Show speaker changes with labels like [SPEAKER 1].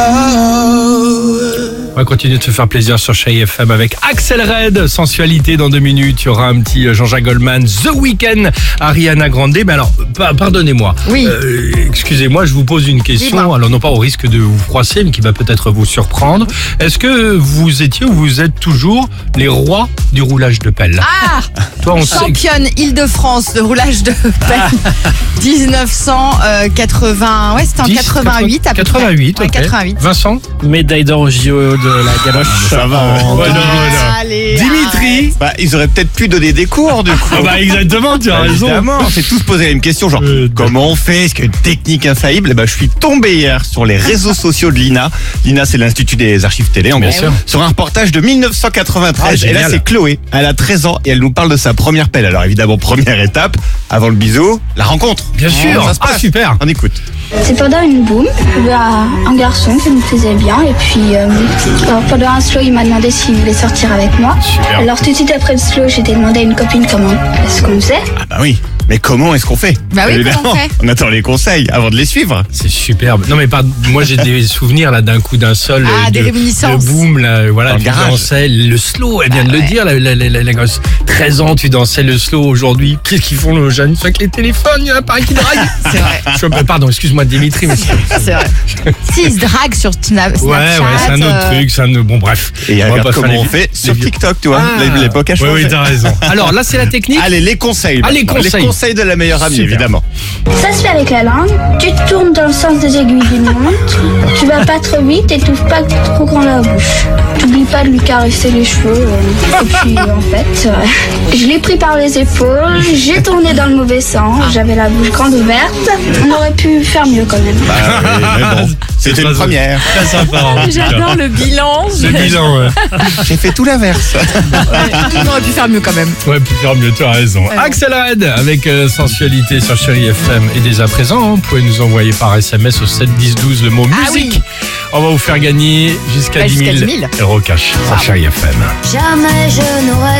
[SPEAKER 1] Ah, On va continuer de se faire plaisir sur Chez FM avec Axel Red, sensualité dans deux minutes. Il y aura un petit euh, Jean-Jacques Goldman, The Weeknd, Ariana Grande. Mais alors, pa- pardonnez-moi.
[SPEAKER 2] Oui.
[SPEAKER 1] Euh, Excusez-moi, je vous pose une question.
[SPEAKER 2] Dis-moi.
[SPEAKER 1] Alors, non pas au risque de vous froisser, mais qui va peut-être vous surprendre. Est-ce que vous étiez ou vous êtes toujours les rois du roulage de pelle
[SPEAKER 2] Ah
[SPEAKER 1] Toi, on sait.
[SPEAKER 2] Championne Île-de-France de roulage de pelle 1980. Ouais, c'était en
[SPEAKER 1] 10,
[SPEAKER 2] 88 à peu près.
[SPEAKER 1] 88,
[SPEAKER 2] Ouais,
[SPEAKER 1] ok.
[SPEAKER 2] 88.
[SPEAKER 1] Vincent
[SPEAKER 3] Médaille d'or au JO de la galoche.
[SPEAKER 4] Ça va. ouais.
[SPEAKER 1] Ouais,
[SPEAKER 2] Ah,
[SPEAKER 1] non, ouais, non.
[SPEAKER 2] allez,
[SPEAKER 1] Dimitri
[SPEAKER 4] Bah, ils auraient peut-être pu donner des cours du coup.
[SPEAKER 1] Ah bah exactement, tu as raison.
[SPEAKER 4] Évidemment, on s'est tous posé la même question, genre
[SPEAKER 1] Euh,
[SPEAKER 4] comment on fait Est-ce qu'il y a une technique infaillible Eh ben, Je suis tombé hier sur les réseaux sociaux de l'INA. L'INA, c'est l'Institut des archives télé, en
[SPEAKER 1] Bien
[SPEAKER 4] gros,
[SPEAKER 1] sûr.
[SPEAKER 4] sur un reportage de 1993.
[SPEAKER 1] Ah,
[SPEAKER 4] et là,
[SPEAKER 1] génial.
[SPEAKER 4] c'est Chloé. Elle a 13 ans et elle nous parle de sa première pelle. Alors évidemment, première étape, avant le bisou, la rencontre.
[SPEAKER 1] Bien sûr.
[SPEAKER 4] Ça se passe.
[SPEAKER 1] Ah, super.
[SPEAKER 4] On écoute.
[SPEAKER 5] C'est pendant une boum, il y a un garçon qui me plaisait bien et puis euh, alors, pendant un slow il m'a demandé s'il voulait sortir avec moi.
[SPEAKER 1] Super.
[SPEAKER 5] Alors tout de suite après le slow j'étais demandé à une copine comment est-ce qu'on faisait.
[SPEAKER 4] Ah bah oui. Mais comment est-ce qu'on fait
[SPEAKER 2] Bah oui,
[SPEAKER 4] Évidemment,
[SPEAKER 2] comment on fait
[SPEAKER 4] on attend les conseils avant de les suivre.
[SPEAKER 1] C'est superbe. Non mais pardon, moi j'ai des souvenirs là d'un coup d'un sol,
[SPEAKER 2] Ah,
[SPEAKER 1] euh,
[SPEAKER 2] des
[SPEAKER 1] de,
[SPEAKER 2] réminiscences.
[SPEAKER 1] de boom là, euh, voilà,
[SPEAKER 4] Dans le
[SPEAKER 1] tu
[SPEAKER 4] garage. Ah,
[SPEAKER 1] dansais le slow. Elle vient de le dire, la, la, la, la- la gosse. 13 ans, tu dansais le slow. Aujourd'hui, qu'est-ce qu'ils font nos jeunes Avec les téléphones, il y en a pas un qui drague.
[SPEAKER 2] C'est vrai.
[SPEAKER 1] Je suis- Pardon, excuse-moi Dimitri, mais c'est-
[SPEAKER 2] C'est vrai. si, il se drague sur Sna- Snapchat.
[SPEAKER 1] ouais, ouais, c'est un autre
[SPEAKER 2] euh,
[SPEAKER 1] truc, c'est un autre- bon bref.
[SPEAKER 4] Et
[SPEAKER 1] va
[SPEAKER 4] regarde
[SPEAKER 1] pas
[SPEAKER 4] comment
[SPEAKER 1] faire les
[SPEAKER 4] on
[SPEAKER 1] vi- les
[SPEAKER 4] fait sur
[SPEAKER 1] vieux.
[SPEAKER 4] TikTok, tu vois.
[SPEAKER 1] Ah.
[SPEAKER 4] L'é- L'époque a
[SPEAKER 1] Oui,
[SPEAKER 4] changé.
[SPEAKER 1] oui, t'as raison. Alors là, c'est la technique.
[SPEAKER 4] Allez, les conseils.
[SPEAKER 1] Ah, les
[SPEAKER 4] maintenant.
[SPEAKER 1] conseils.
[SPEAKER 4] Les conseils de la meilleure amie,
[SPEAKER 1] Super.
[SPEAKER 4] évidemment.
[SPEAKER 5] Ça se fait avec la langue, tu te tournes dans le sens des aiguilles d'une montre, tu vas pas trop vite et t'ouvres pas trop grand la bouche. T'oublies pas de lui caresser les cheveux. euh, et puis en fait, euh, je l'ai pris par les épaules, j'ai tourné dans le mauvais sens, j'avais la bouche grande ouverte. On aurait pu faire mieux quand même.
[SPEAKER 4] Ah oui, mais bon, C'était
[SPEAKER 1] pas
[SPEAKER 4] une
[SPEAKER 1] ça.
[SPEAKER 4] première.
[SPEAKER 1] Très sympa. en tout cas.
[SPEAKER 2] J'adore le bilan.
[SPEAKER 1] Le bilan, ouais.
[SPEAKER 4] J'ai fait tout l'inverse.
[SPEAKER 2] Ah, On aurait pu faire mieux quand même.
[SPEAKER 1] Ouais, plus faire mieux, tu as raison. Axel Red avec euh, Sensualité sur Chéri FM. Et dès à présent, hein, vous pouvez nous envoyer par SMS au 7 10 12 le mot
[SPEAKER 2] Ah
[SPEAKER 1] musique. On va vous faire gagner jusqu'à
[SPEAKER 2] Bah,
[SPEAKER 1] 10,
[SPEAKER 2] jusqu'à
[SPEAKER 1] 000
[SPEAKER 2] 10 000.
[SPEAKER 1] euros cash sur Chéri FM.
[SPEAKER 6] Jamais je n'aurais